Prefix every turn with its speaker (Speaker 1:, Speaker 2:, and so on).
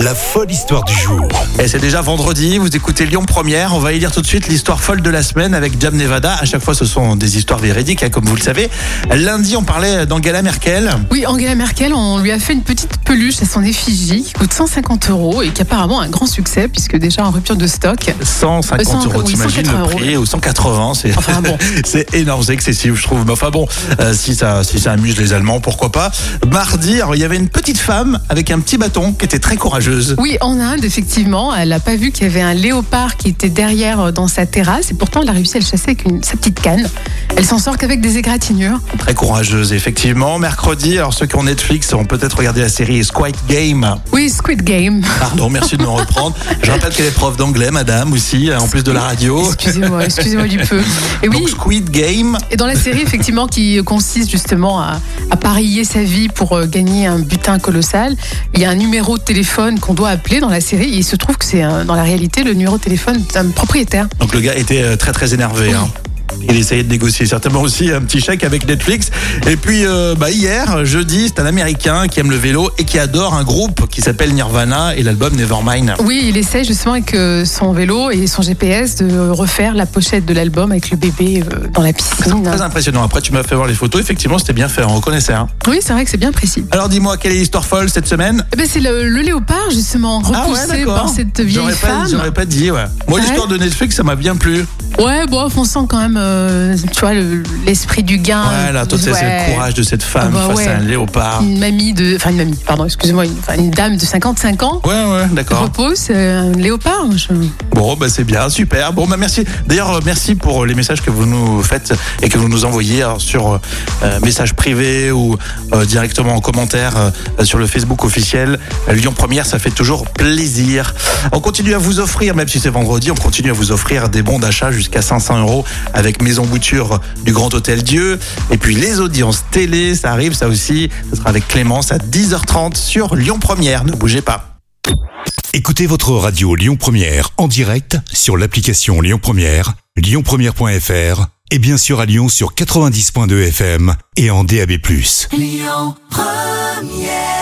Speaker 1: La folle histoire du jour.
Speaker 2: Et c'est déjà vendredi, vous écoutez Lyon Première, on va y lire tout de suite l'histoire folle de la semaine avec Jam Nevada. À chaque fois ce sont des histoires véridiques, hein, comme vous le savez. Lundi on parlait d'Angela Merkel.
Speaker 3: Oui, Angela Merkel, on lui a fait une petite peluche à son effigie qui coûte 150 euros et qui a apparemment a un grand succès puisque déjà en rupture de stock.
Speaker 2: 150
Speaker 3: 100,
Speaker 2: euros,
Speaker 3: oui,
Speaker 2: t'imagines
Speaker 3: 180
Speaker 2: le prix Ou 180, c'est
Speaker 3: Enfin bon.
Speaker 2: c'est énorme, c'est excessif je trouve. Mais enfin bon, euh, si, ça, si ça amuse les Allemands, pourquoi pas. Mardi, alors, il y avait une petite femme avec un petit bâton qui était très courageuse.
Speaker 3: Oui, en Inde, effectivement, elle n'a pas vu qu'il y avait un léopard qui était derrière euh, dans sa terrasse et pourtant elle a réussi à le chasser avec une, sa petite canne. Elle s'en sort qu'avec des égratignures.
Speaker 2: Très courageuse, effectivement. Mercredi, alors ceux qui ont Netflix ont peut-être regardé la série Squid Game.
Speaker 3: Oui, Squid Game.
Speaker 2: Pardon, merci de me reprendre. Je rappelle qu'elle est prof d'anglais, madame, aussi, en plus de la radio.
Speaker 3: Excusez-moi, excusez-moi du peu. Et oui,
Speaker 2: Oh. Donc Squid Game,
Speaker 3: Et dans la série, effectivement, qui consiste justement à, à parier sa vie pour euh, gagner un butin colossal, il y a un numéro de téléphone qu'on doit appeler dans la série. Et il se trouve que c'est euh, dans la réalité le numéro de téléphone d'un propriétaire.
Speaker 2: donc le gars était euh, très très énervé. hein. Il essayait de négocier certainement aussi un petit chèque avec Netflix. Et puis euh, bah, hier, jeudi, c'est un Américain qui aime le vélo et qui adore un groupe qui s'appelle Nirvana et l'album Nevermind.
Speaker 3: Oui, il essaie justement avec euh, son vélo et son GPS de refaire la pochette de l'album avec le bébé euh, dans la piscine.
Speaker 2: Très impressionnant. Après, tu m'as fait voir les photos. Effectivement, c'était bien fait. On reconnaissait. hein.
Speaker 3: Oui, c'est vrai que c'est bien précis.
Speaker 2: Alors, dis-moi, quelle est l'histoire folle cette semaine
Speaker 3: Eh ben, c'est le, le léopard justement repoussé par cette vieille
Speaker 2: Ah J'aurais pas,
Speaker 3: femme.
Speaker 2: j'aurais pas dit, ouais. Moi,
Speaker 3: Ouais.
Speaker 2: l'histoire de Netflix, ça m'a bien plu.
Speaker 3: Ouais, bon, on sent quand même, euh, tu vois, le- l'esprit du gain.
Speaker 2: Ouais, là, toi, tu sais, c'est le
Speaker 3: Ouais.
Speaker 2: courage de cette femme
Speaker 3: Ah bah
Speaker 2: face
Speaker 3: ouais.
Speaker 2: à un léopard.
Speaker 3: une mamie de. Enfin, une mamie, pardon, excusez-moi, une, enfin, une dame de 55 ans
Speaker 2: Ouais, ouais, d'accord.
Speaker 3: repose euh, un léopard. je-
Speaker 2: Bon, bah, c'est bien, super. Bon, bah, merci. D'ailleurs, euh, merci pour les messages que vous nous faites et que vous nous envoyez alors, sur euh, message privé ou euh, directement en commentaire euh, sur le Facebook officiel. Euh, Lyon Première, ça fait toujours plaisir. On continue à vous offrir, même si c'est vendredi, on continue à vous offrir des bons d'achat jusqu'à 500 euros avec Maison Bouture du Grand Hôtel Dieu. Et puis les audiences télé, ça arrive, ça aussi. Ça sera avec Clémence à 10h30 sur Lyon Première. Ne bougez pas.
Speaker 1: Écoutez votre radio Lyon Première en direct sur l'application Lyon Première, lyonpremière.fr et bien sûr à Lyon sur 90.2 FM et en DAB+.
Speaker 4: Lyon Première